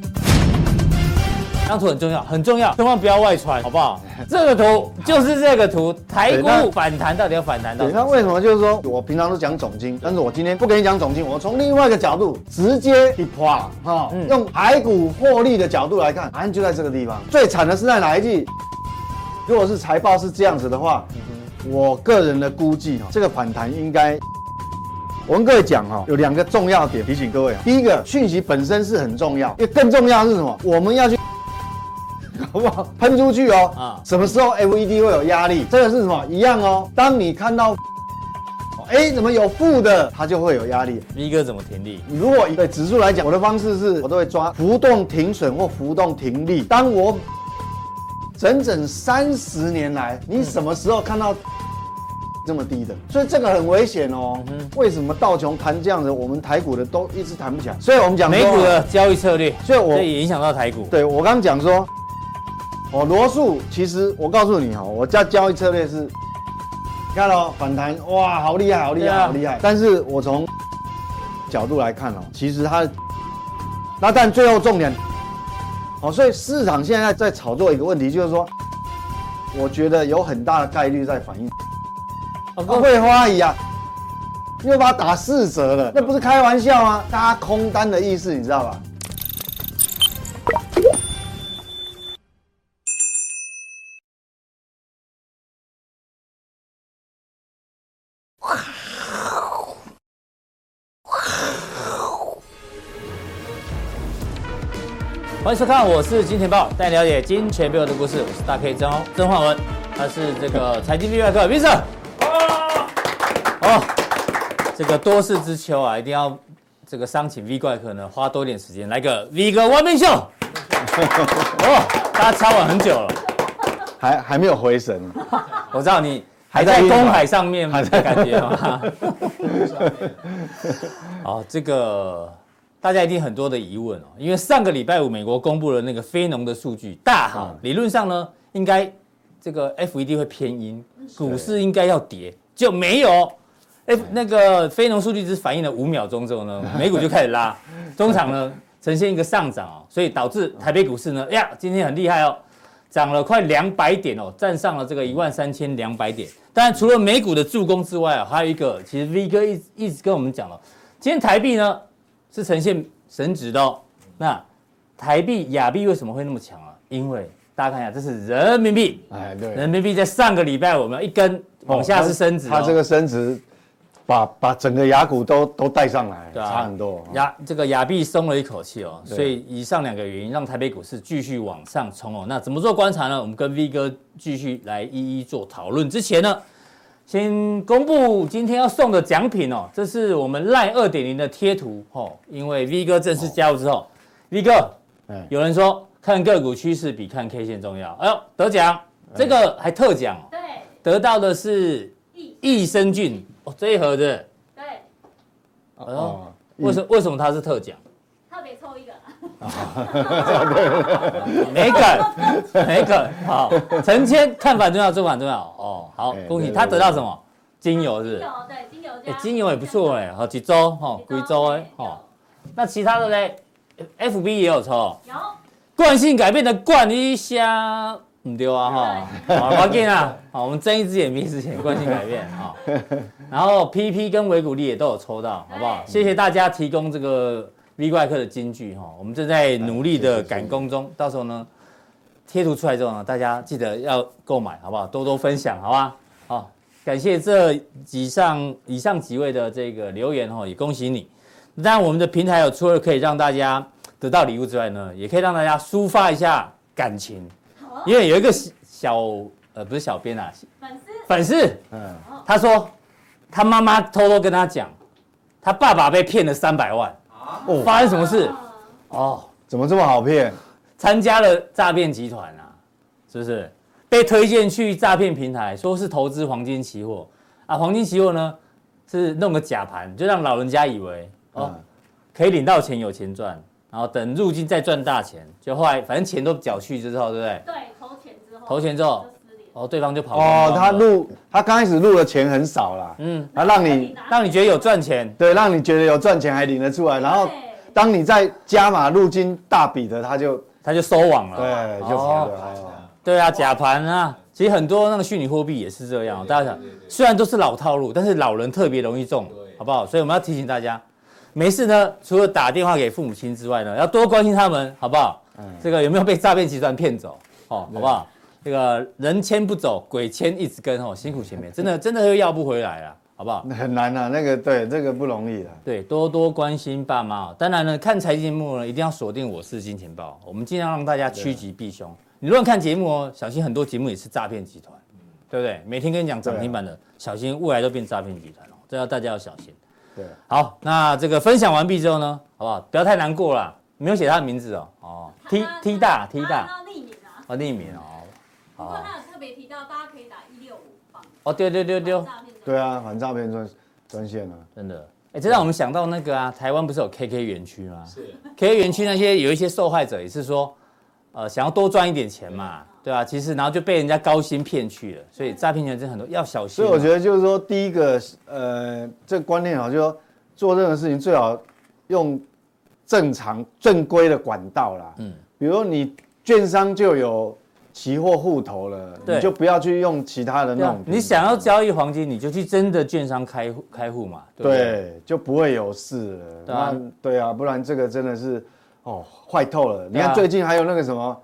这张图很重要，很重要，千万不要外传，好不 好？这个图就是这个图，台对那股反弹到底要反弹到对，？那为什么就是说我平常都讲总经，但是我今天不跟你讲总经，我从另外一个角度直接一破了哈，嗯用排骨获利的角度来看，答案就在这个地方。最惨的是在哪一季？如果是财报是这样子的话，我个人的估计哈，这个反弹应该。我跟各位讲哈，有两个重要点提醒各位。啊第一个，讯息本身是很重要，因为更重要的是什么？我们要去， 好不好？喷出去哦。啊啊，什么时候 FED 会有压力？这个是什么？一样哦。当你看到， 哎，怎么有负的，它就会有压力。一哥怎么停利？你如果以对指数来讲，我的方式是我都会抓浮动停损或浮动停利。当我整整三十年来，你什么时候看到这么低的？所以这个很危险哦。嗯为什么道琼谈这样子，我们台股的都一直谈不起来？所以我们讲说美股的交易策略，所以我这也影响到台股。对我刚刚讲说，哦，罗素，其实我告诉你哈，我家交易策略是，你看哦，反弹，哇，好厉害，好厉对害，啊好厉害。但是我从角度来看哦，其实它的，那但最后重点，哦，所以市场现在在炒作一个问题，就是说，我觉得有很大的概率在反映哦各跟位桂花一样，又啊把它打四折了，那不是开玩笑吗？大家空单的意思，你知道吧？ 欢迎收看，我是金钱豹，带你了解金钱背后的故事。我是大 K 曾曾焕文，他是这个财经 B 外客 Vincent。哦，这个多事之秋啊，一定要这个商请 V 怪客呢，花多点时间来个 V 哥外面秀。哦，大家敲我很久了，还还没有回神。我知道你还还在在晕公船海上面还的在感觉 吗？哦，这个大家一定很多的疑问哦，因为上个礼拜五美国公布了那个非农的数据大嗯好，理论上呢应该这个 FED 会偏阴，股市应该要跌，就没有。哎，嗯那个非农数据只反映了五秒钟之后 呢，美股就开始拉，中场呢呈现一个上涨哦，所以导致台北股市呢，哎呀，今天很厉害哦，涨了快两百点哦，站上了这个一万三千两百点。当然，除了美股的助攻之外啊，还有一个，其实 V 哥一直一直跟我们讲了，今天台币呢是呈现升值的、哦。那台币、亚币为什么会那么强啊？因为大家看一下，这是人民币， 哎，对人民币在上个礼拜我们一根往下是升值、哦它这个升值把把整个牙骨都都带上来，对啊差很多。哦亚这个亚币松了一口气哦，对所以以上两个原因让台北股市继续往上冲哦。那怎么做观察呢？我们跟 V 哥继续来一一做讨论。之前呢，先公布今天要送的奖品哦，这是我们赖二点零的贴图哦，因为 V 哥正式加入之后、v 哥哦哎，有人说看个股趋势比看 K 线重要，哎呦得奖，哎这个还特奖、哦，对得到的是益益生菌哦这一盒的，对，哎呦，哦，为什么为什么它是特奖？特别抽一个，没梗，没梗，好，陈谦看法重要，做法重要，哦，好哎，恭喜对他对得到什么？精油金是牛对金牛不是，加哎，精油也不错哎，好几周哈，贵贵州哎，哦，，那其他的嘞，FB 也有抽，对有惯性改变的惯一下，唔对啊哈，好，要紧啊， 好，我们睁一只眼闭一只眼，惯性改变啊，然后 PP 跟维骨力也都有抽到，好不好？谢谢大家提供这个 V 怪客的金句哈，我们正在努力的赶工中，到时候呢，贴图出来之后呢，大家记得要购买，好不好？多多分享，好吧？好，感谢这几上以上几位的这个留言哈，也恭喜你。当然，我们的平台有除了可以让大家得到礼物之外呢，也可以让大家抒发一下感情，好哦因为有一个小小呃不是小编啊，粉丝粉丝嗯，他说他妈妈偷偷跟他讲，他爸爸被骗了三百万，哦，发生什么事？啊哦，怎么这么好骗？参加了诈骗集团啊，是不是？被推荐去诈骗平台，说是投资黄金期货啊，黄金期货呢是弄个假盘，就让老人家以为哦、嗯可以领到钱有钱赚，然后等入金再赚大钱，就后来反正钱都缴去之后，对不对？对投钱之后投钱之后就失联，哦，对方就跑光哦，光他了入他刚开始入的钱很少啦，嗯，他让那你拿让你觉得有赚钱，对，让你觉得有赚钱还领得出来，然后对当你在加码入金大笔的，它就它就收网了。对就跑哦了。哦对啊，假盘啊，其实很多那个虚拟货币也是这样哦。大家想，虽然都是老套路，但是老人特别容易中，好不好？所以我们要提醒大家，没事呢，除了打电话给父母亲之外呢，要多关心他们，好不好？这个有没有被诈骗集团骗走？哦，好不好？这个人牵不走，鬼牵一直跟哦，辛苦前面，真的真的又要不回来了，啊好不好？很难啊，那个对，这个不容易的。啊对，多多关心爸妈哦。当然呢，看财经节目呢，一定要锁定我是金钱豹，我们尽量让大家趋吉避凶。你乱看节目哦，小心很多节目也是诈骗集团，对不对？每天跟你讲涨停板的，小心未来都变诈骗集团哦，这要大家要小心。对，好，那这个分享完毕之后呢，好不好？不要太难过啦，没有写他的名字哦，哦，T T 大 T 大，他哦，匿匿名啊。名哦，不过好，他有特别提到，大家可以打一六五防哦，对对对对，诈骗这个对啊，反诈骗专专线啊，真的，哎，这让我们想到那个啊，台湾不是有 KK 园区吗？是 K 园区那些有一些受害者也是说，呃，想要多赚一点钱嘛，对啊，其实然后就被人家高薪骗去了，所以诈骗集团真的很多，要小心所啊。以我觉得就是说，第一个呃，这个观念啊，就是说做任何事情最好用正常正规的管道啦。嗯，比如你券商就有期货户头了，对你就不要去用其他的对那啊种。你想要交易黄金，你就去真的券商开户开户嘛，对不对？对，就不会有事了。对啊那对啊，不然这个真的是哦坏透了。你对啊看最近还有那个什么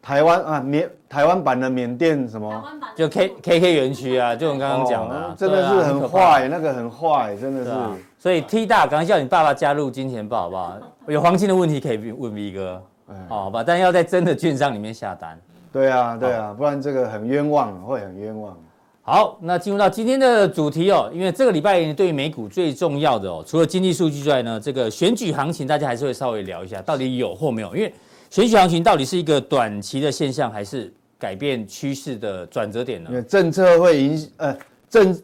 台湾啊缅台湾版的缅甸什么台。湾版的就 K K K 园区啊，就我们刚刚讲的哦啊，真的对是啊很可怕坏，那个很坏，真的对是。啊，所以 T 大，赶快叫你爸爸加入金钱豹，好不好？有黄金的问题可以问 V 哥，哦哎好吧？但要在真的券商里面下单。对啊，对啊，不然这个很冤枉，会很冤枉。好，那进入到今天的主题哦，因为这个礼拜对于美股最重要的哦，除了经济数据之外呢，这个选举行情大家还是会稍微聊一下，到底有或没有？因为选举行情到底是一个短期的现象，还是改变趋势的转折点呢因？为政策会影呃政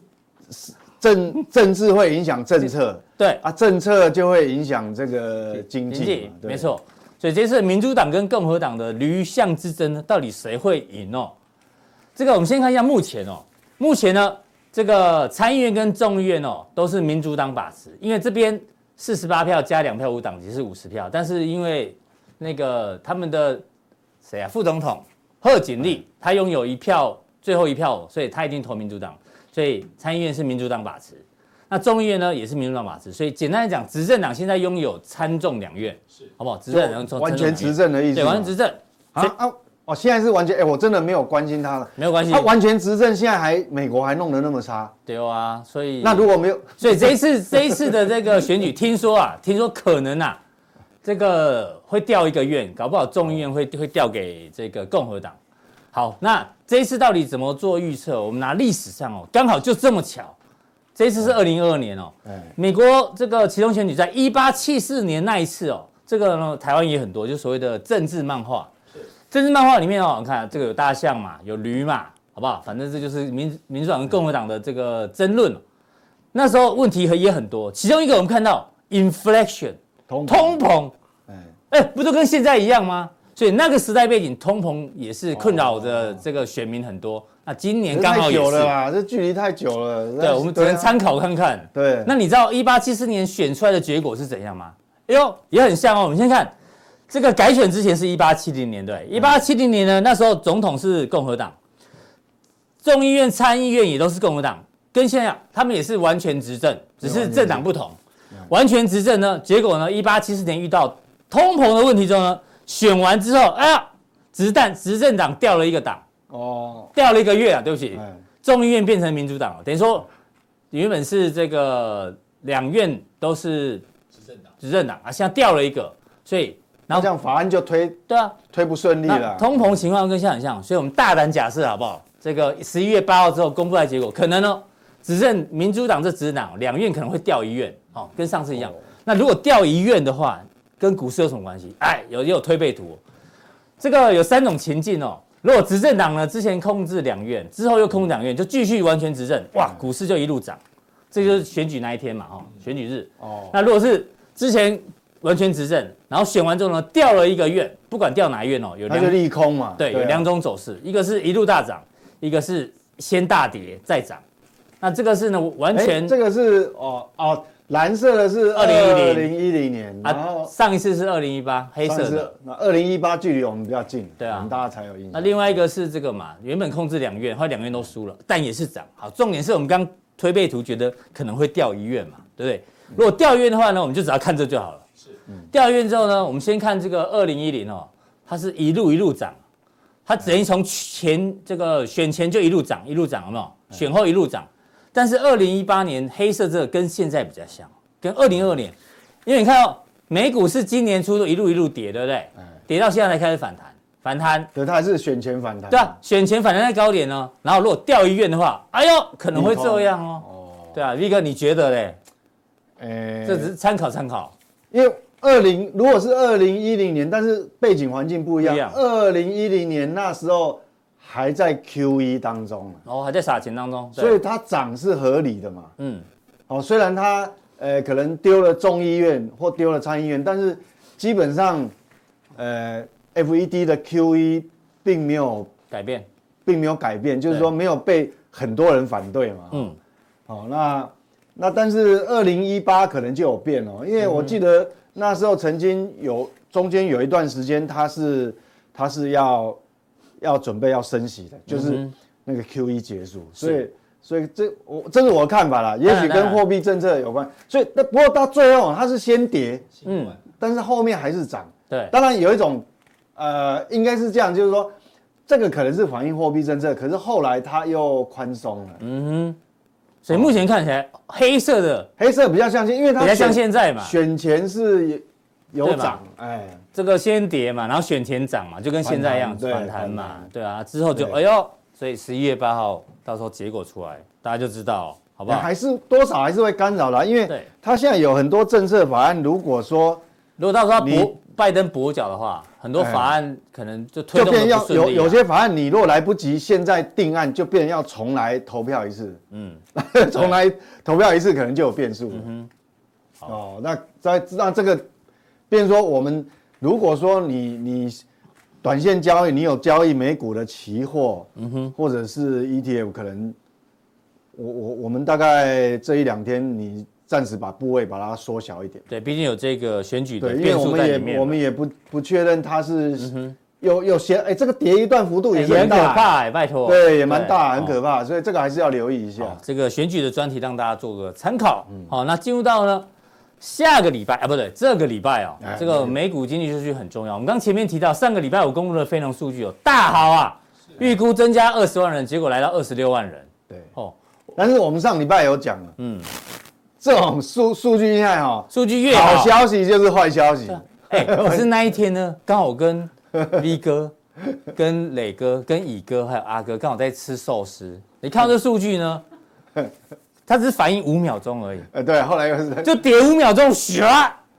政政治会影响政策对，啊，政策就会影响这个经经济济嘛，对没。错。所以这次民主党跟共和党的驴象之争呢，到底谁会赢哦？这个我们先看一下目前哦，目前呢，这个参议院跟众议院哦都是民主党把持，因为这边四十八票加两票无党籍是五十票，但是因为那个他们的谁啊，副总统贺锦丽，哎他拥有一票最后一票，所以他一定投民主党，所以参议院是民主党把持。那众议院呢也是民主党把持，所以简单来讲，执政党现在拥有参众两院，是好不好？执就政党完全执，政的意思对，嘛。完全执政啊啊！哦，现在是完全哎，我真的没有关心他了。没有关系他，啊完全执政，现在还美国还弄得那么差，对啊，所以那如果没有所以这一次这一次的这个选举，听说啊，听说可能啊，这个会调一个院，搞不好众议院会会调给这个共和党。好，那这一次到底怎么做预测？我们拿历史上哦，刚好就这么巧，这一次是二零二二年哦，哎美国这个其中选举在一八七四年那一次哦，这个呢台湾也很多，就所谓的政治漫画。政治漫画里面哦，你看这个有大象嘛，有驴嘛，好不好？反正这就是民民主党跟共和党的这个争论。哦那时候问题也很多，其中一个我们看到 inflation 通通膨，哎哎，不都跟现在一样吗？所以那个时代背景，通膨也是困扰着这个选民很多。那今年这刚好太也久是了，啦，这距离太久了。对，我们只能啊参考看看。对，那你知道一八七四年选出来的结果是怎样吗？哎呦，也很像哦。我们先看这个改选之前是一八七零年，对，一八七零年呢，那时候总统是共和党，众议院、参议院也都是共和党，跟现在他们也是完全执政，只是政嗯党不同。完全执政呢，结果呢，一八七四年遇到通膨的问题之后呢，选完之后，哎呀，执政执政党掉了一个党，哦，掉了一个月啊，对不起，哎众议院变成民主党了，等于说原本是这个两院都是执政党，执政党啊，现在掉了一个，所以然那后这样法案就推对啊，推不顺利那了。通膨情况跟现在很像，所以我们大胆假设好不好？这个十一月八号之后公布出来结果，可能呢，执政民主党这执政党两院可能会掉一院，哦，跟上次一样。那如果掉一院的话，跟股市有什么关系？哎，有也有推背图哦、这个有三种情境哦。如果执政党呢之前控制两院，之后又控制两院，就继续完全执政，哇，股市就一路涨。这就是选举那一天嘛，哦，选举日。哦，那如果是之前完全执政，然后选完之后呢，掉了一个院，不管掉哪一院哦，有那就两利空嘛。对有啊两种走势，一个是一路大涨，一个是先大跌再涨。那这个是呢，完哎全这个是哦哦，蓝色的是2010零一零年，然后上一次是二零一八啊黑上色的，次那二零一八距离我们比较近，对啊我们大家才有印那象。另外一个是这个嘛，原本控制两院，后来两院都输了，但也是涨。好，重点是我们刚推背图觉得可能会掉一院嘛，对不对？如果掉一院的话呢，我们就只要看这就好了。是，掉一院之后呢，我们先看这个二零一零哦，它是一路一路涨，它等于从前这个选前就一路涨，一路涨，有没有？选后一路涨，但是二零一八年黑色这个跟现在比较像，跟二零二年，因为你看哦，美股是今年初都一路一路跌，对不对？跌到现在才开始反弹，反弹。可是它还是选前反弹。对啊，选前反弹在高点呢，然后如果掉一院的话，哎呦，可能会这样哦。哦，对啊，V 哥，你觉得嘞？诶这只是参考参考。因为二零如果是二零一零年，但是背景环境不不一一样样。二零一零年那时候还在 Q E 当中啊然后还在撒钱当中，对所以它涨是合理的嘛。嗯，哦，虽然它呃可能丢了众议院或丢了参议院，但是基本上呃 FED 的 QE 并没有改变，并没有改变，就是说没有被很多人反对嘛。嗯，哦，那那但是二零一八可能就有变哦，因为我记得那时候曾经有中间有一段时间，它是它是要要准备要升息的，就是嗯那个 Q E 结束，所以所以这我这是我的看法啦，也当许然当跟然货币政策有关，所以但不过到最后它是先跌，嗯，但是后面还是涨，对，当然有一种，呃，应该是这样，就是说，这个可能是反映货币政策，可是后来它又宽松了。嗯哼。所以目前看起来黑色的黑色比较像现，因为它比较像选现在嘛，选前是有对嘛涨，哎，这个先跌嘛，然后选前涨嘛，就跟现在一样反弹对反弹反嘛弹，对啊，之后就对哎呦，所以十一月八号到时候结果出来，大家就知道，好不好？还是多少还是会干扰啦，因为对它现在有很多政策法案，如果说如果到时候他你哎博拜登跛脚的话，很多法案可能就推就动得变不要顺利啊有有些法案，你若来不及现在定案，就变要重来投票一次，嗯， 重来投票一次可能就有变数了。哦，那在那这个，变成说我们如果说你你短线交易，你有交易美股的期货，嗯哼，或者是 ETF，可能我我我们大概这一两天你暂时把部位把它缩小一点，对，毕竟有这个选举的对，因为变我数在里们面也嘛，我们也不不确认它是又又先哎，这个跌一段幅度哎也也是很很可大怕哦哎，拜托，对，也蛮大，很可怕。怕，所以这个还是要留意一下好。这个选举的专题让大家做个参考。嗯好，那进入到呢下个礼拜啊，不对，这个礼拜哦哎，这个美股经济数据很重要。我们刚前面提到，上个礼拜五公布的非农数据哦，大好啊，预估增加二十万人，结果来到二十六万人对，哦，但是我们上礼拜有讲了，嗯，这种数数据现在哈，数据越好好，消息就是坏消息，哎，可是那一天呢，刚好我跟 V 哥、 跟磊哥、跟乙哥还有阿哥刚好在吃寿司。你看到这数据呢，它只是反应五秒钟而已，呃，对，后来又是就跌五秒钟，唰，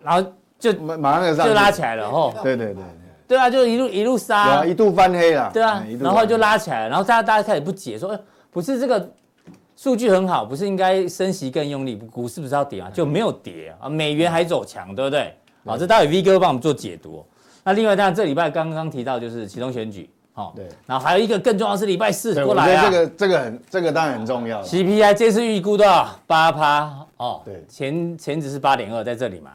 然后就 马马上就上去就拉起来了，吼。对对对，对啊，就一路一路有杀啊，，一度翻黑了，对啊嗯一，度然后就翻拉起来了，然后大家大家开始不解，说，哎，不是这个数据很好，不是应该升息更用力，股市不是要跌嗯啊？就没有跌啊，美元还走强，对不对？好，这待会 V 哥帮我们做解读哦。那另外，当然这礼拜刚刚提到就是启动选举，哦，对然后还有一个更重要的是礼拜四黑，对，过我觉来啊得这个这个很这个当然很重要了， ，CPI 这次预估多少？八趴哦，对前前值是八点二，在这里嘛，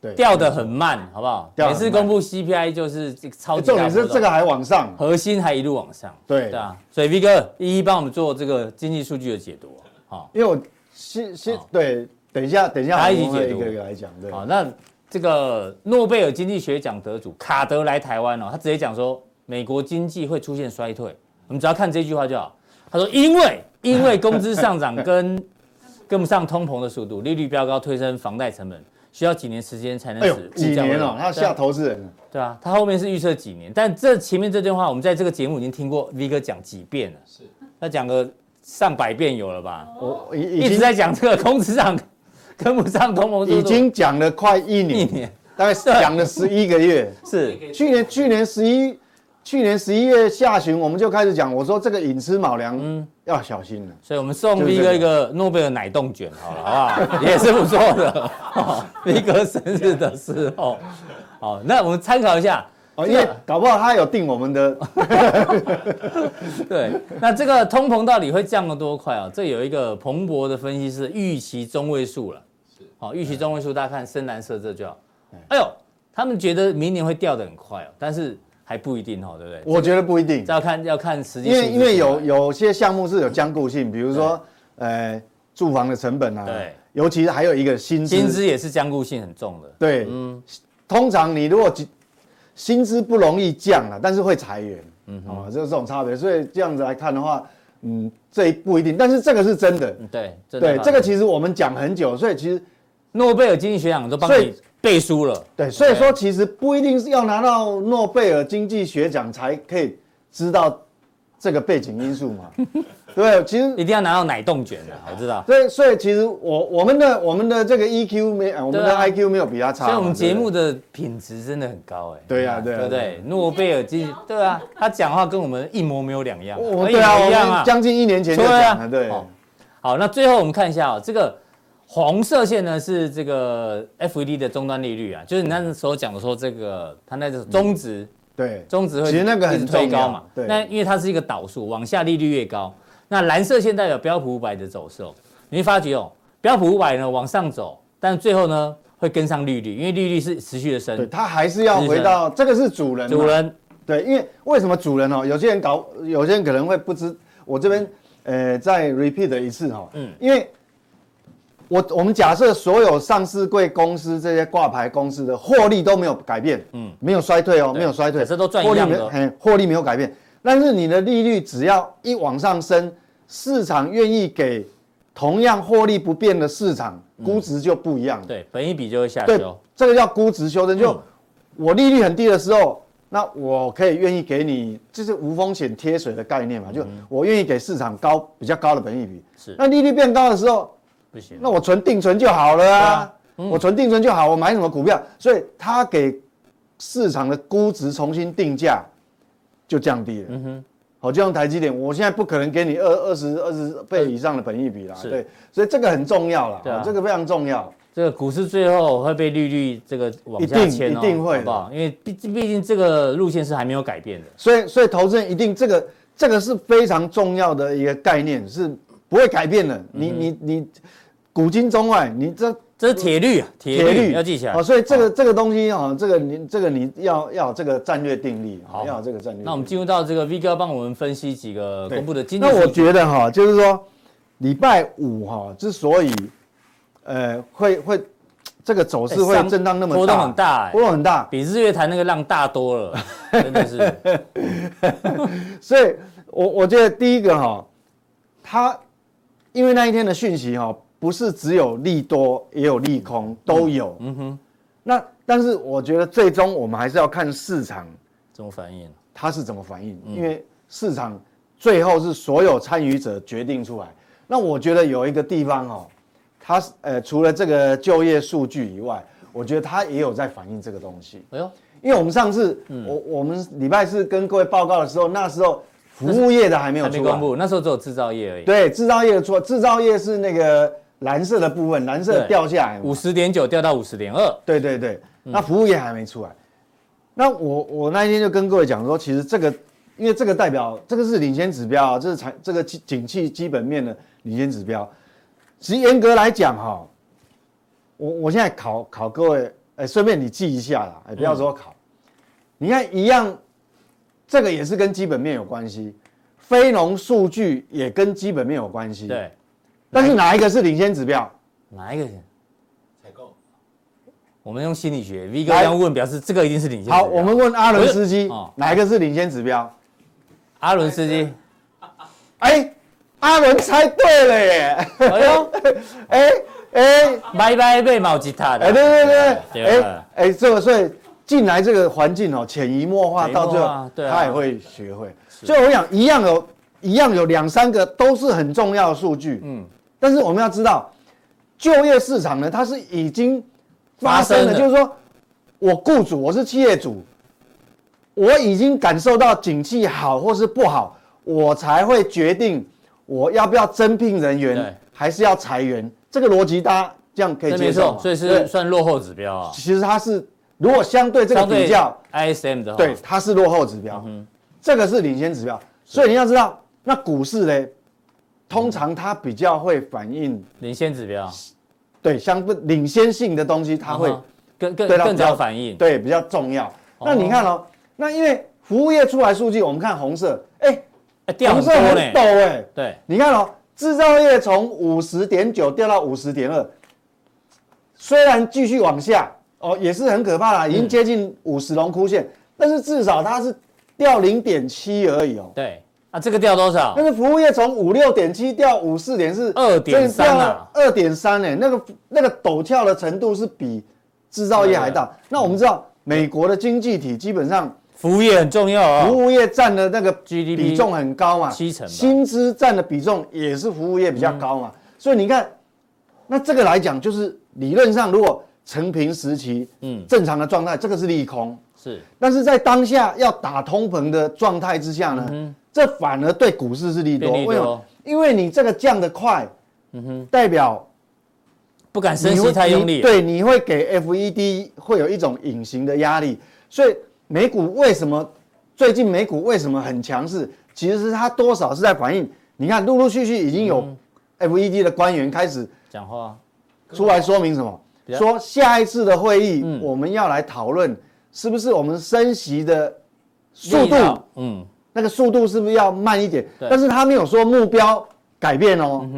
对，掉的很慢，好不好？掉得每很次公布 CPI 就是这个超级哎重大点波是动这个还往上，核心还一路往上，对对啊，所以 V 哥一一帮我们做这个经济数据的解读哦。因为我先先对，等一下等一下，大家一起我们会解一读个一个来讲，对好，，好，那这个诺贝尔经济学奖得主卡德来台湾哦，他直接讲说美国经济会出现衰退，我们只要看这句话就好。他说因为因为工资上涨跟 跟不上通膨的速度，利率飙高推升房贷成本，需要几年时间才能哎使呦物，几价回年落了，对他啊下投资人了，对啊，他后面是预测几年，但这前面这段话我们在这个节目已经听过 V 哥讲几遍了，是，他讲个上百遍有了吧？我我已一直已经在讲这个工资上跟不上通膨速度，已经讲了快一一年，年大概讲了十一个月，是，去年去年十一。去年十一月下旬，我们就开始讲，我说这个寅吃卯粮，嗯要小心了。所以我们送就是 V 这个哥一个诺贝尔奶冻卷好了，好 不好？也是不错的、 哦、，V 哥生日的时候，好，那我们参考一下，哦，因为搞不好他有定我们的对，那这个通膨到底会降得多快啊？这有一个哦彭博的分析是预期中位数了，好、预期中位数，大家看深蓝色这就好，嗯哎呦，他们觉得明年会掉的很快哦，但是还不一定哦，对不对？我觉得不一定这，要看要看实际啊因数据出为来，因为有有些项目是有僵固性，比如说呃住房的成本啊，对，尤其是还有一个薪资，薪资也是僵固性很重的，对，嗯通常你如果几薪资不容易降了，但是会裁员，嗯，哦，就是这种差别，所以这样子来看的话，嗯，这不一定，但是这个是真的，嗯对，真的对，吧这个其实我们讲很久，所以其实诺贝尔经济学奖都帮所以你背书了，对，所以说其实不一定是要拿到诺贝尔经济学奖才可以知道这个背景因素 嘛，对，其实一定要拿到奶冻卷的，我知道。所以所以其实我我们的我们的这个 EQ 没，呃我们对的啊 IQ 没有比他差嘛，所以我们对节不对目的品质真的很高哎。对啊对啊对不对对？诺贝尔经济，对啊，他讲话跟我们一模没有两样，我们一对啊，模一样我们啊。将近一年前就对啊讲了，对。哦好，那最后我们看一下哦，这个红色线呢是这个 FED 的终端利率啊，就是你那时候讲的说这个它那个中值对，中值会其实那个很一直推重要高嘛，对那因为它是一个导数，往下利率越高，那蓝色线代表标普五百的走势哦，你会发觉哦，标普五百呢往上走，但最后呢会跟上利率，因为利率是持续的对升，他还是要回到这个是主人嘛，啊主人对，因为为什么主人哦？有些人搞，有些人可能会不知，我这边呃再 repeat 一次哈、哦，嗯，因为我我们假设所有上市贵公司这些挂牌公司的获利都没有改变，嗯，没有衰退哦，对没有衰退，假设都赚一获利样没的嘿获利没有改变，但是你的利率只要一往上升，市场愿意给同样获利不变的市场嗯估值就不一样了。对，本一比就会下对修，，这个叫估值修正。嗯就我利率很低的时候，那我可以愿意给你，这是无风险贴水的概念嘛，就我愿意给市场高比较高的本益比。嗯是那利率变高的时候，不行，那我存定存就好了对啊啊，我存定存就好，我买什么股票？所以它给市场的估值重新定价就降低了。嗯哼。好，就像台积电，我现在不可能给你二二十二十倍以上的本益比啦，是对，所以这个很重要啦，对啊哦这个非常重要。这个股市最后会被利率这个往下一定牵哦，一定会好的不好？因为毕毕竟这个路线是还没有改变的，所以，所以投资人一定这个这个是非常重要的一个概念，是不会改变的。嗯你你你，古今中外，你这这是铁律啊，铁铁律律要记起来哦。。所以这个这个东西哦，这个你这个你要要有这个战略定力，哦好要有这个战略。那我们进入到这个 V 哥帮我们分析几个对公布的经济数那据，我觉得哈，就是说礼拜五哈，之所以呃会会这个走势哎会上震荡那么大，波动很大哎波动很大，比日月潭那个浪大多了， 真的是所以我我觉得第一个哈、它因为那一天的讯息哈、不是只有利多，也有利空，都有。嗯哼。那但是我觉得最终我们还是要看市场这种反应。它是怎么反应，因为市场最后是所有参与者决定出来。那我觉得有一个地方哦，它是呃除了这个就业数据以外，我觉得它也有在反映这个东西。哎呦，因为我们上次，嗯我我们礼拜四跟各位报告的时候，那时候服务业的还没有还没出公来，布，那时候只有制造业而已。对，制造业的出来，制造业是那个蓝色的部分，蓝色对掉下来嘛，五十点九掉到五十点二，对对对，嗯那服务业还没出来。那我我那一天就跟各位讲说，其实这个，因为这个代表这个是领先指标啊，这是产这个基景气基本面的领先指标。其实严格来讲哈、我我现在考考各位，哎，顺便你记一下啦，哎，不要说考。嗯你看一样，这个也是跟基本面有关系，非农数据也跟基本面有关系。，对，但是哪一个是领先指标？哪一个？采购。我们用心理学，V 哥来这样问，表示这个一定是领先指标。好，我们问阿伦斯基不是哦，哪一个是领先指标？阿伦斯基，哎，阿伦猜对了耶！哎呦， 哎哎拜拜被毛吉他的，哎，对对对，对啊哎吧，哎，这个所以进来这个环境哦，潜移默化潜移默到化最后，对啊他也会学会。所以我想一样有，一样有两三个都是很重要的数据，嗯，但是我们要知道，就业市场呢，它是已经发发生生了，了就是说我雇主，我是企业主，我已经感受到景气好或是不好，我才会决定我要不要增聘人对员，还是要裁员。这个逻辑大家这样可以这接没受吗错，所以对是算落后指标啊。其实它是如果相对这个相对啊嗯比较， ISM 的话，对，它是落后指标，这个是领先指标。所以你要知道，那股市呢，通常它比较会反映领先指标，对相不领先性的东西，它会嗯哼更更对它更比较早反应。对，比较重要。那你看哦，那因为服务业出来数据，我们看红色，哎，哎掉红很色多很陡呢。哎、对，你看哦，制造业从五十点九掉到五十点二，虽然继续往下哦，也是很可怕啦，已经接近五十龙枯线，但是至少它是掉零点七而已哦。对，啊，这个掉多少但？是服务业从五六点七掉五四点四， 2.3啊二点三哎，那个那个陡峭的程度是比制造业还大。那我们知道，美国的经济体基本上服务业很重要哦。服务业占的那个 GDP 比重啊很高嘛，七成吧嗯薪资占的比重也是服务业比较高嘛，所以你看，那这个来讲，就是理论上如果成平时期，嗯嗯，正常的状态，这个是利空，是，但是在当下要打通膨的状态之下呢，这反而对股市是利多，嗯变利多为什么？因为你这个降得快，嗯哼，代表不敢升你息会太用力。你，对，你会给 FED 会有一种隐形的压力，所以美股为什么最近美股为什么很强势？其实是它多少是在反映，你看陆陆续续已经有嗯 FED 的官员开始讲话出来说嗯明什么，较说下一次的会议嗯我们要来讨论是不是我们升息的速力度道嗯，那个速度是不是要慢一点？对嗯但是他没有说目标改变哦，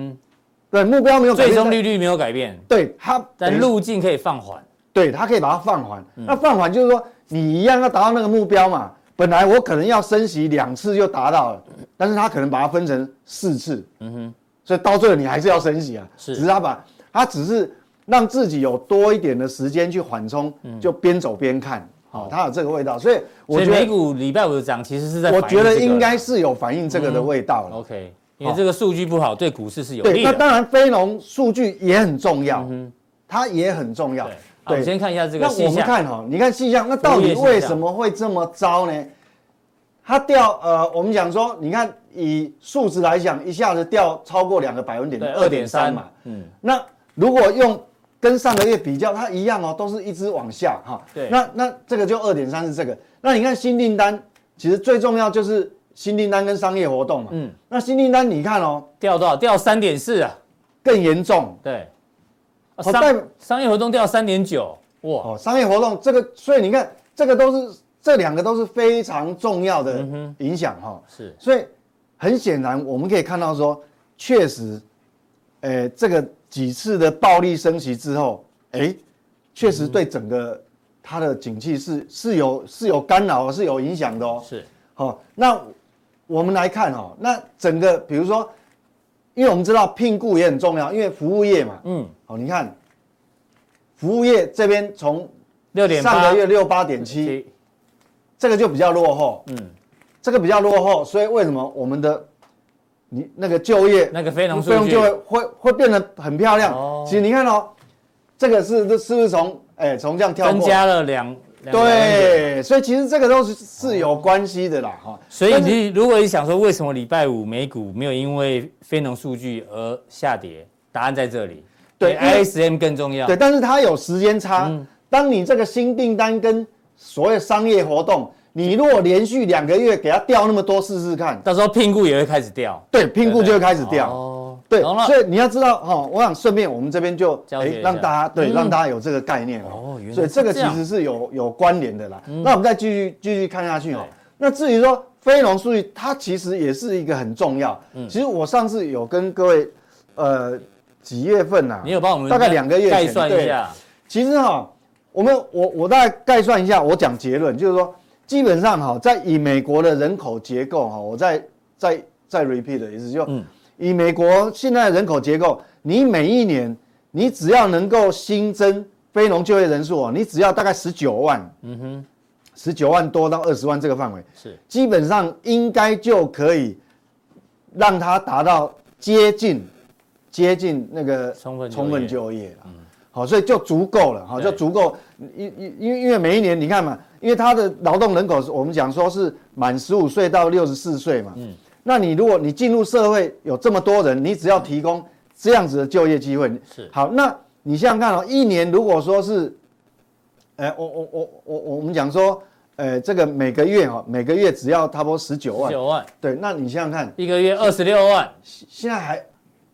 对，目标没有改变，最终但利率没有改变，对他但路径可以放缓。对，它可以把它放缓。嗯那放缓就是说，你一样要达到那个目标嘛。本来我可能要升息两次就达到了，嗯但是它可能把它分成四次。嗯哼，所以到最后你还是要升息啊，是只是它把它只是让自己有多一点的时间去缓冲，就边走边看。好、它有这个味道，所以我嗯所以觉美得，股礼拜五的涨其实是在反我映觉得这个嗯应该是有反映这个的味道了。 OK，因为这个数据不好，对股市是有对，利那的。当然非农数据也很重要，它也很重要嗯对，。好，我们先看一下这个那细我们项。看哈、你看细项，那到底为什么会这么糟呢？它掉呃，我们讲说，你看以数值来讲，一下子掉超过两个百分点，对，二点2.3三嘛，，嗯，那如果用跟上个月比较，它一样哦，都是一直往下哈。对那那这个就二点三是这个。那你看新订单，其实最重要就是新订单跟商业活动嘛。嗯嗯。那新订单你看哦，掉多少？掉三点四啊，更严重对。啊好哦代表商商业活动掉三点九，哇，哦，商业活动这个，所以你看这个都是这两个都是非常重要的影响哈、是所以很显然，我们可以看到说，确实，呃，这个几次的暴力升息之后，哎，确实对整个它的景气是是有是有干扰，是有影响的哦。是，好、那我们来看哦，那整个比如说，因为我们知道聘雇也很重要，因为服务业嘛，嗯，好、你看服务业这边从六点上八个，月六八点七，七这个就比较落后，嗯嗯，这个比较落后，所以为什么我们的你那个就业那个非农数费用据就会会会变得很漂亮？哦其实你看哦，这个是这是不是从哎从这样跳增过？加了两，两个百分点对，所以其实这个都是是有关系的啦，哈。所以但是你如果你想说为什么礼拜五美股没有因为非农数据而下跌，答案在这里。对比因为 ISM 更重要。对，但是它有时间差。嗯当你这个新订单跟所有商业活动，你如果连续两个月给它掉那么多试试看，到时候聘雇也会开始掉，对，聘对雇不对就会开始掉。哦，对，懂了所以你要知道哈、哦，我想顺便我们这边就教学一下让大家对、嗯让大家有这个概念哦哦原来是所以这个这其样嗯实是有有关联的啦。那我们再继续继续看下去哦。那至于说非农数据，它其实也是一个很重要。嗯其实我上次有跟各位，呃，几月份啊？你有帮我们大概两个月前概算一对下，其实哈、我们我我大概概算一下，我讲结论就是说，基本上哈、在以美国的人口结构哈、我再再再 repeat 的意思，就、以美国现在的人口结构，你每一年你只要能够新增非农就业人数哦，你只要大概十九万，嗯哼，十九万多到二十万这个范围，是基本上应该就可以让它达到接近接近那个充分就业嗯充分就业了。好，所以就足够了，好，对就足够。因因因为因为每一年你看嘛，因为它的劳动人口是我们讲说是满十五岁到六十四岁嘛，嗯，那你如果你进入社会有这么多人，你只要提供这样子的就业机会，是好。那你想想看哦，一年如果说是，呃，我我我我我们讲说，呃，这个每个月哈、哦，每个月只要差不多十九万，九万对，那你想想看，一个月二十六万，现在还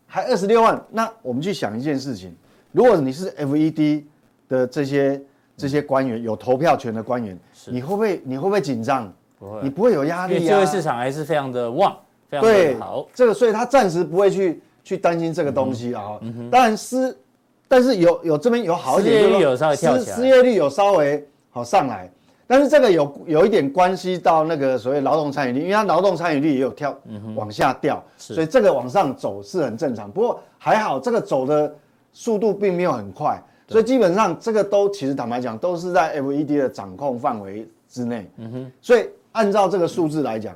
还二十六万，那我们去想一件事情，如果你是 FED E 的这些这些官员有投票权的官员，是你会不会你会不会紧张？不会你，不会有压因为力就啊业？市场还是非常的旺，非常对的好，，这个所以他暂时不会去去担心这个东西啊。嗯当然失，但是有有这边有好一点，失业率就有是说稍微跳失起来失业率有稍微好上来，但是这个有有一点关系到那个所谓劳动参与率，因为它劳动参与率也有跳往下掉，嗯是所以这个往上走是很正常。不过还好，这个走的速度并没有很快，所以基本上这个都其实坦白讲都是在 FED 的掌控范围之内。嗯哼，所以按照这个数字来讲，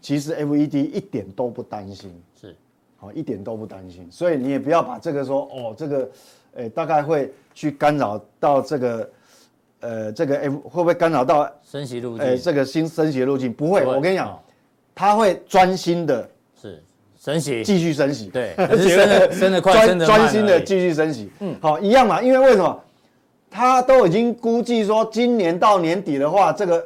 其实 FED 一点都不担心。是好，一点都不担心。所以你也不要把这个说哦，这个，呃、大概会去干扰到这个，呃，这个 F 会不会干扰到升息路呃径这个新升息的路径？不会，不会我跟你哦讲，他会专心的是升息，继续升息。 对而只是且升得升得快升专得慢专心的而已继续升息。嗯，好，一样嘛，因为为什么？他都已经估计说，今年到年底的话，这个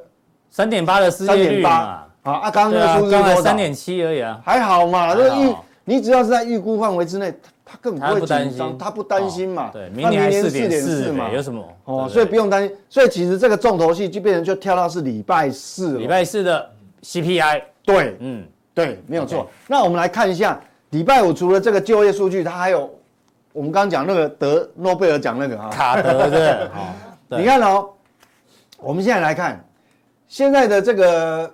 三点八的失三业点率八嘛，啊，啊，刚刚对那个啊数，字刚是才多少三？点七而已啊，还好嘛，还这好预你只要是在预估范围之内，他他更不他会不担紧心张，，他不担心嘛哦。对，明那年还四点4.4四嘛，有什么？哦，所对以不不用担心。所以其实这个重头戏就变成就跳到是礼拜四了。对礼拜四的 CPI，对嗯，对，没有错 OK。那我们来看一下礼拜五除了这个就业数据，它还有我们刚刚讲那个得诺贝尔奖那个哈，卡德的， 好，对你看哦，我们现在来看现在的这个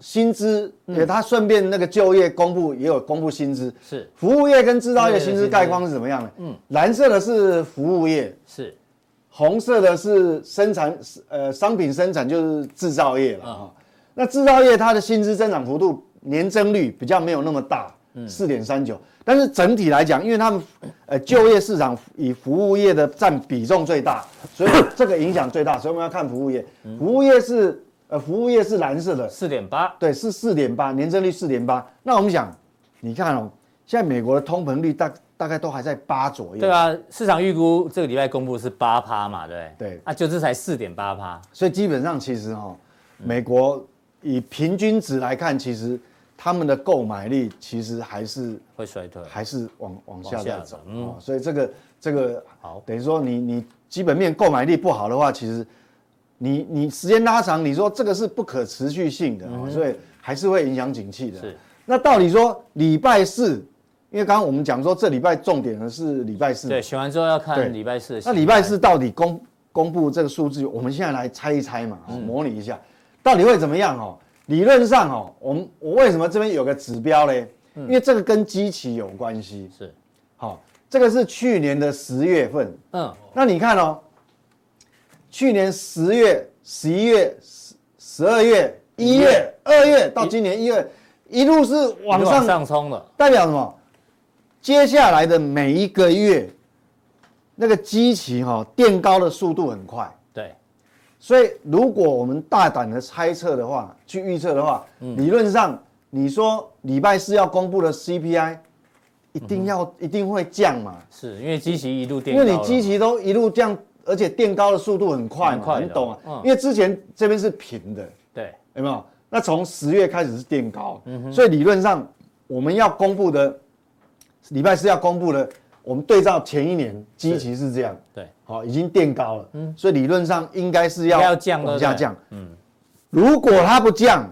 薪资，嗯也它顺便那个就业公布也有公布薪资，是服务业跟制造业薪资概况是怎么样的？嗯，蓝色的是服务业，是红色的是生产呃商品生产就是制造业嗯了啊、那制造业它的薪资增长幅度年增率比较没有那么大，嗯四点三九。但是整体来讲，因为他们呃就业市场以服务业的占比重最大，所以这个影响最大。所以我们要看服务业，嗯服务业是呃服务业是蓝色的，四点八，对，是四点八，年增率四点八。那我们想，你看哦，现在美国的通膨率大大概都还在八左右，对啊，市场预估这个礼拜公布是八趴嘛，对不对？对啊，就这才四点八趴，所以基本上其实哈、哦，嗯美国以平均值来看，其实他们的购买力其实还是会衰退，还是往往下往下在走走、嗯哦。所以这个这个好等于说你你基本面购买力不好的话，其实你你时间拉长，你说这个是不可持续性的、哦所以还是会影响景气的。嗯是那道理说礼拜四，因为刚刚我们讲说这礼拜重点的是礼拜四，对，选完之后要对看礼拜四的 CPI，那礼拜四到底公公布这个数据，我们现在来猜一猜嘛，哦模拟一下，到底会怎么样哦？理论上哦，我们我为什么这边有个指标嘞？因为这个跟基期有关系。是，好、这个是去年的十月份，嗯，那你看哦，去年十月、十一月、十十二月、一月、二月到今年一月，一路是往一路上上冲了，代表什么？接下来的每一个月，那个基期哈、垫高的速度很快，对，所以如果我们大胆的猜测的话，去预测的话，嗯理论上你说礼拜四要公布的 CPI，一定要、一定会降嘛，是因为基期一路嗯垫因高为了，你基期都一路降，而且垫高的速度很快蛮嘛，快的很懂啊。嗯因为之前这边是平的，对，有没有？那从十月开始是垫高，所以理论上我们要公布的礼拜四要公布的，我们对照前一年基期是这样，对，好，已经垫高了，所以理论上应该是要应该要降往下对不对降，嗯，如果它不降，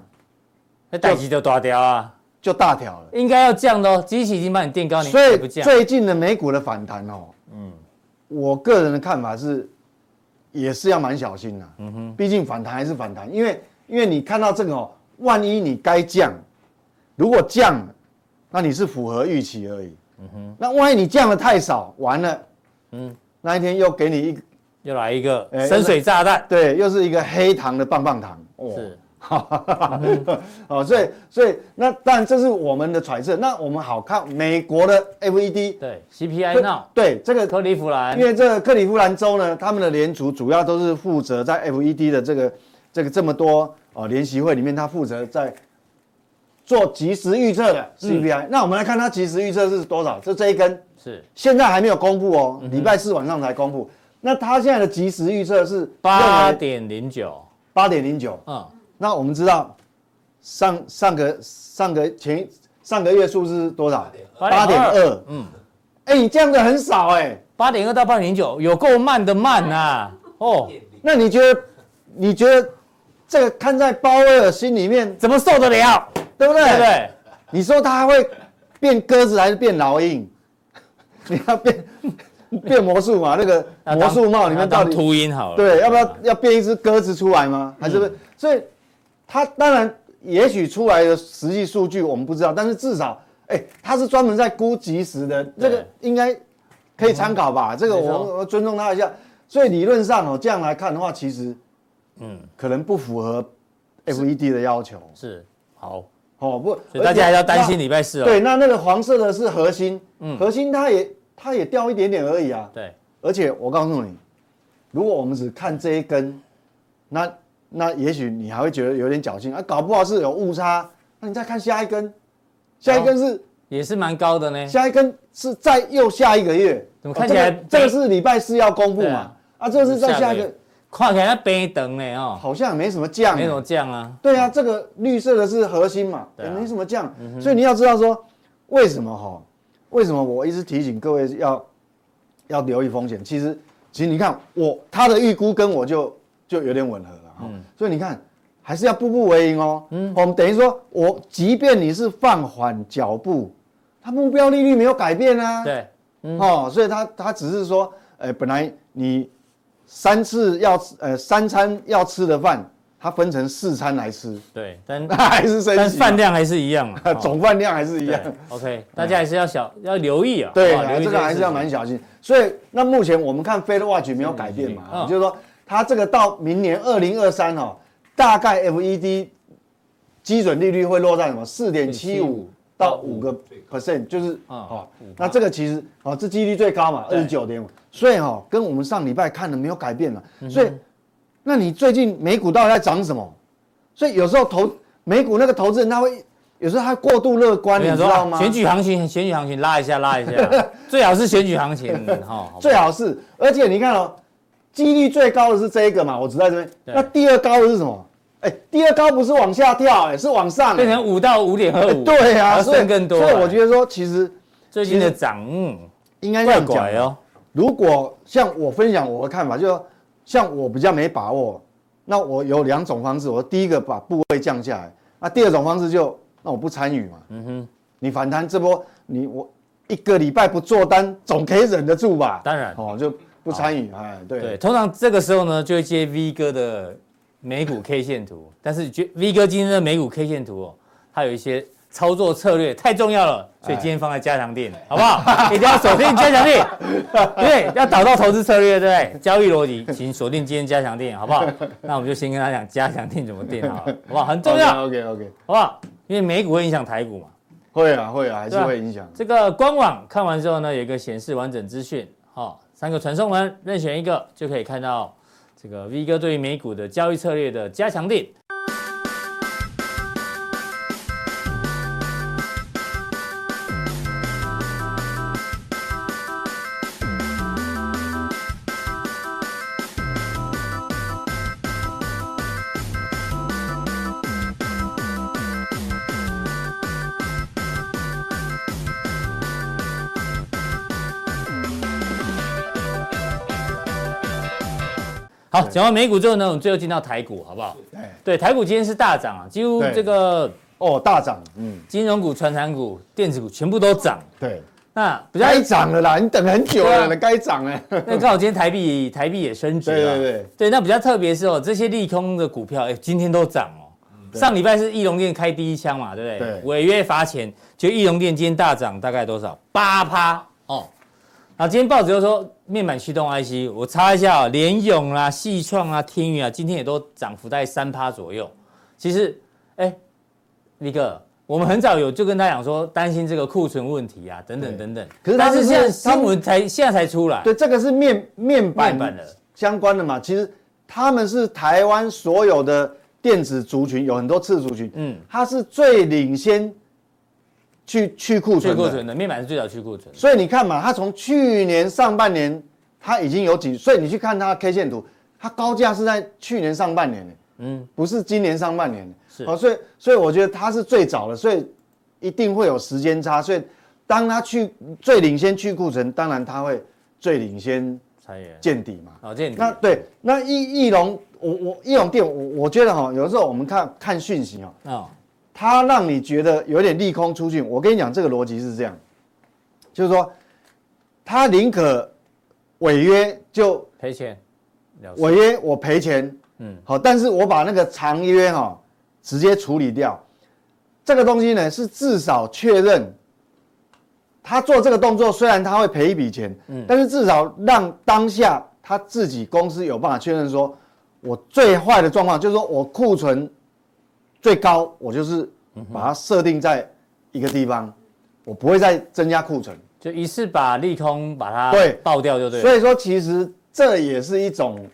那待机就大掉啊。就大条了。应该要降的哦，机器已经帮你垫高，你所还以不降，最近的美股的反弹哦，嗯，我个人的看法是，也是要蛮小心的、嗯哼，毕竟反弹还是反弹，因为因为你看到这个哦，万一你该降，如果降了，那你是符合预期而已，嗯哼，那万一你降的太少，完了，嗯，那一天又给你一又来一个哎深水炸弹，对，又是一个黑糖的棒棒糖，哦是哦，所以所以那当然这是我们的揣测，那我们好看美国的 FED。对 E CPI 闹，对这个克利夫兰因为这个克利夫兰州呢，他们的联储主要都是负责在 FED 的这个这个这么多哦联席会里面，他负责在做即时预测的 CPI、那我们来看它即时预测是多少？就这一根，是现在还没有公布哦，礼拜四晚上才公布。那它现在的即时预测是八点零九，八点零九。嗯，那我们知道上上个上个前上个月数字是多少？ 8.2点二。嗯，哎、你降的很少哎、八点二到八点零九，有够慢的慢呐、哦，那你觉得你觉得这个看在鲍威尔心里面，怎么受得了？对不对？对不对？你说他会变鸽子还是变老鹰？ 你要变变魔术嘛？那个那魔当术帽里面那到啊当底秃鹰好了，对，要不要要变一只鸽子出来嗯吗？还是不是？所以他当然也许出来的实际数据我们不知道，但是至少，哎、他是专门在估及时的，这个应该可以参考吧？这个没错我我尊重他一下。所以理论上哦，这样来看的话，其实，嗯，可能不符合 FED 的要求是好，哦，不，所以大家还是要嗯担而且心礼拜四那。哦。对，那那个黄色的是核心，核心它也它也掉一点点而已啊。对，而且我告诉你，如果我们只看这一根，那那也许你还会觉得有点侥幸啊，搞不好是有误差。那你再看下一根，下一根是、也是蛮高的呢。下一根是在又下一个月，怎么看起来哦这个、这个是礼拜四要公布对嘛啊？啊，这个是在下下一个个，看起来那边等呢哦，好像没什么降、没怎么降啊。对啊，这个绿色的是核心嘛，对啊也没什么降，所以你要知道说为什么哈？为什么我一直提醒各位要要留意风险？其实，其实你看我他的预估跟我就就有点吻合了哈、嗯所以你看还是要步步为营哦。我们等于说我即便你是放缓脚步，它目标利率没有改变啊。对，哦，所以他他只是说，呃，本来你三次要吃呃三餐要吃的饭，它分成四餐来吃，对， 但那还是但升息，。饭量还是一样啊哦嘛 总饭量还是一一样。嗯 OK，大家还是要小要留意啊。对好不好啊，留意这个还是要件蛮事情小心。所以那目前我们看 Fed Watch 没有改变嘛，嗯嗯就是说它这个到明年二零二三哦，大概 FED 基准利率会落在什么四点七五到五个 percent，就是哦，那这个其实哦，这几率最高嘛，二对十九点五，所以哦，跟我们上礼拜看的没有改变嘛，所以那你最近美股到底在涨什么？所以有时候投美股那个投资人他会有时候他过度乐观，你我想知说道吗？选举行情，选举行情拉一下，拉一 下，最好是选举行情哈。好吧最好是，而且你看哦，几率最高的是这一个嘛，我只在这边。对那第二高的是什么？哎、第二高不是往下跳、哎，是往上、变 哎成五到五点二哎五，对还啊，要所以升更多啊。所以我觉得说，其实最近的涨，嗯，应该这怪样讲啊怪哦。如果像我分享我的看法，就是说像我比较没把握，那我有两种方式，我第一个把部位降下来，那第二种方式就那我不参与嘛。嗯哼，你反弹这波，你我一个礼拜不做单，总可以忍得住吧？当然哦，就不参与，哎，对，通常这个时候呢，就会接 V 哥的美股 K 线图，但是觉 V 哥今天的美股 K 线图哦，它有一些操作策略太重要了，所以今天放在加强店，好不好？一定要锁定加强店，对，要导到投资策略，对不对？交易逻辑，请锁定今天加强店，好不好？那我们就先跟他讲加强店怎么定好了，好不好？很重要，好 OK OK，不好？因为美股会影响台股嘛。会啊会啊，还是对啊会影响。这个官网看完之后呢，有一个显示完整资讯，哈、三个传送门任选一个，就可以看到这个 V 哥对于美股的交易策略的加强力。好，讲完美股之后呢，我们最后进到台股，好不好？对，台股今天是大涨啊，几乎对这个哦，大涨，嗯，金融股、传产股、电子股全部都涨。对，那比 较该涨了啦，你等很久对啊了，该涨了。那刚好今天台币台币也升值了，对对对那比较特别是哦，这些利空的股票，哎，今天都涨哦。上礼拜是翼龙店开第一枪嘛，对不对？对违约罚钱，就翼龙店今天大涨大概多少？八趴哦。然后今天报纸又说面板驱动 IC，我查一下哦，联咏啦、细创啊、天宇啊，今天也都涨幅在三趴左右。其实，哎，李哥，我们很早有就跟他讲说，担心这个库存问题啊，等等对等等。可是他但是是现在他新闻才现在才出来，对，这个是面面板面板的相关的嘛，其实他们是台湾所有的电子族群，有很多次族群，嗯嗯，它是最领先去去库去存库的，存的面板是最早去库存的，所以你看嘛，它从去年上半年它已经有几，所以你去看它的 K 线图，它高价是在去年上半年的，嗯嗯，不是今年上半年的，是哦，所以所以我觉得它是最早的，所以一定会有时间差，所以当它去最领先去库存，当然它会最领先裁员，见底嘛。哦，见底，那对，那翼翼龙，我我翼龙店，我我觉得哈，有时候我们看看讯息哈，哦，它让你觉得有点利空出尽。我跟你讲，这个逻辑是这样，就是说，他宁可违约就赔钱，了事违约，我赔钱，嗯，好，但是我把那个长约哈、直接处理掉。这个东西呢是至少确认，他做这个动作虽然他会赔一笔钱，嗯但是至少让当下他自己公司有办法确认说，我最坏的状况就是说我库存最高，我就是把它设定在一个地方，我不会再增加库存。就一次把利空把它对爆掉就对了，所以说，其实这也是一种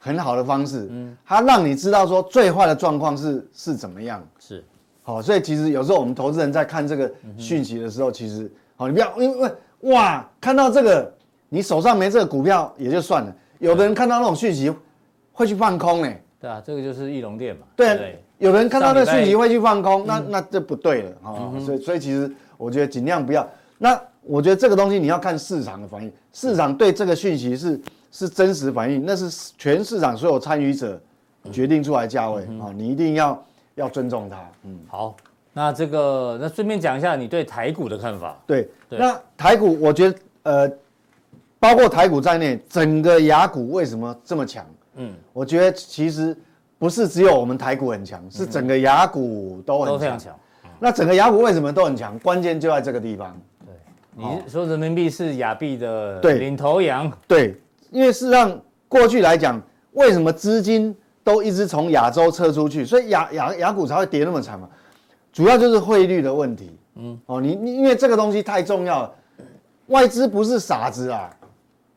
很好的方式，嗯，它让你知道说最坏的状况是是怎么样。是好、所以其实有时候我们投资人在看这个讯息的时候，其实好、你不要因为哇，看到这个你手上没这个股票也就算了，有的人看到那种讯息会去放空欸呢、对啊，这个就是翼龙店嘛，对不啊，有人看到那讯息会去放空，那那这不对了哈、哦嗯嗯哼所以所以其实我觉得尽量不要。那我觉得这个东西你要看市场的反应，市场对这个讯息是是真实反应，那是全市场所有参与者决定出来价位啊、嗯哦你一定要要尊重它。嗯，好，那这个那顺便讲一下你对台股的看法，对。对那台股，我觉得呃，包括台股在内，整个雅股为什么这么强？嗯，我觉得其实不是只有我们台股很强，是整个雅股都都很非常强。强。那整个雅股为什么都很强？关键就在这个地方。你是说人民币是亚币的对领头羊，对，因为事实上过去来讲，为什么资金都一直从亚洲撤出去，所以雅雅雅股才会跌那么惨嘛？主要就是汇率的问题。嗯，哦，你你因为这个东西太重要了，外资不是傻子啊，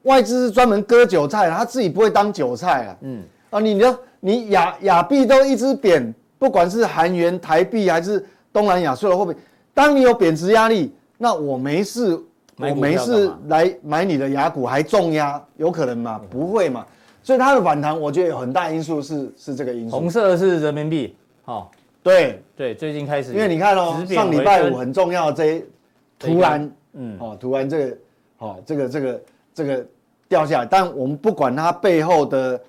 外资是专门割韭菜的，他自己不会当韭菜啊。嗯嗯，啊，你的你亚亚币都一直贬，不管是韩元、台币还是东南亚所有的货币，当你有贬值压力，那我没事，买我股票没干嘛事来买你的雅股还重压，有可能吗？嗯不会嘛。所以它的反弹，我觉得有很大因素是是这个因素红。色是人民币，哦，对，对，最近开始，因为你看哦直，贬上礼回拜升五很重要的这一这一根突然嗯，哦，突然这个，哦，这个这个这个掉下来，但我们不管它背后的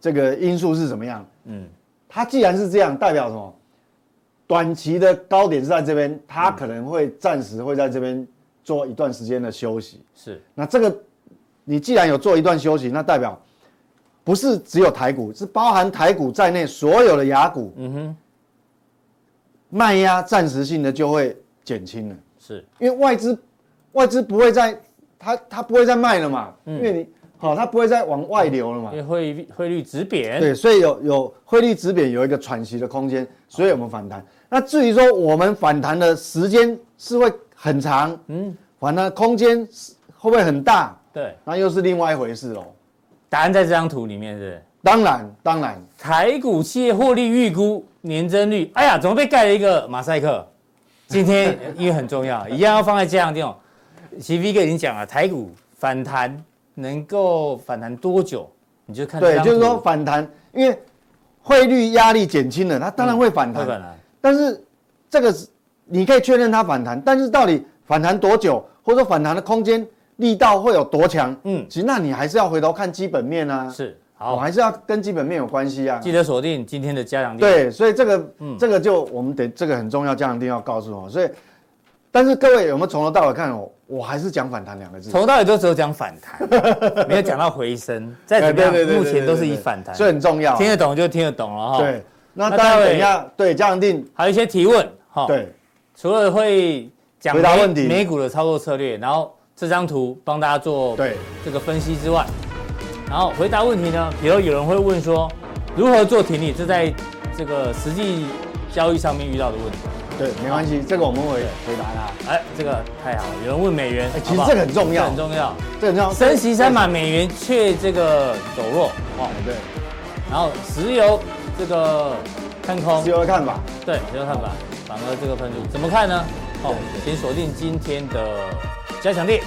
这个因素是怎么样，嗯嗯，它既然是这样，代表什么？短期的高点是在这边，嗯它可能会暂时会在这边做一段时间的休息。是那这个你既然有做一段休息，那代表不是只有台股，是包含台股在内所有的雅股，嗯哼，卖压暂时性的就会减轻了。是，因为外资外资不会再它它不会再卖了嘛，因为你好、它不会再往外流了嘛因，为汇率汇率直贬，啊对，所以有有汇率止贬有一个喘息的空间，所以我们反弹。那至于说我们反弹的时间是会很长，嗯，反弹的空间是会不会很大，对，那又是另外一回事喽。答案在这张图里面是不是当然当然，台股企业获利预估年增率，哎呀，怎么被盖了一个马赛克？今天因为很重要，一样要放在这样地方。其实 V 哥已经讲了，台股反弹能够反弹多久，你就看这对，张图就是说反弹，因为汇率压力减轻了，它当然会反会弹。反弹，但是这个是你可以确认它反弹，但是到底反弹多久，或者说反弹的空间力道会有多强？嗯嗯，其实那你还是要回头看基本面啊，是我、好，还是要跟基本面有关系啊记。得锁定今天的嘉良店。对，所以这个、嗯这个就我们得这个很重要，家长一定要告诉我。所以，但是各位有没有从头到尾看我？我还是讲反弹两个字。从头到尾都只有讲反弹， 没有讲到回升。再怎么样哎对对，对目对前对都是以对对反弹。所以很重要。听得懂就听得懂了哈。，对，那那当然待会等一下，对家长定还有一些提问哈。，对除了会讲回答美问题美股的操作策略，然后这张图帮大家做对这个分析之外，然后回答问题呢，比如有人会问说，如何做停利，这在这个实际交易上面遇到的问题。对，没关系，这个我们会回答他。哎，这个太好了，有人问美元，哎好其实不好这个很重要这很重要。这个很重要升息三码，美元却这个走弱哦，对，然后石油这个看空自，由的看法。对，石油看法，反而这个喷出，怎么看呢？哦，请锁定今天的加强力。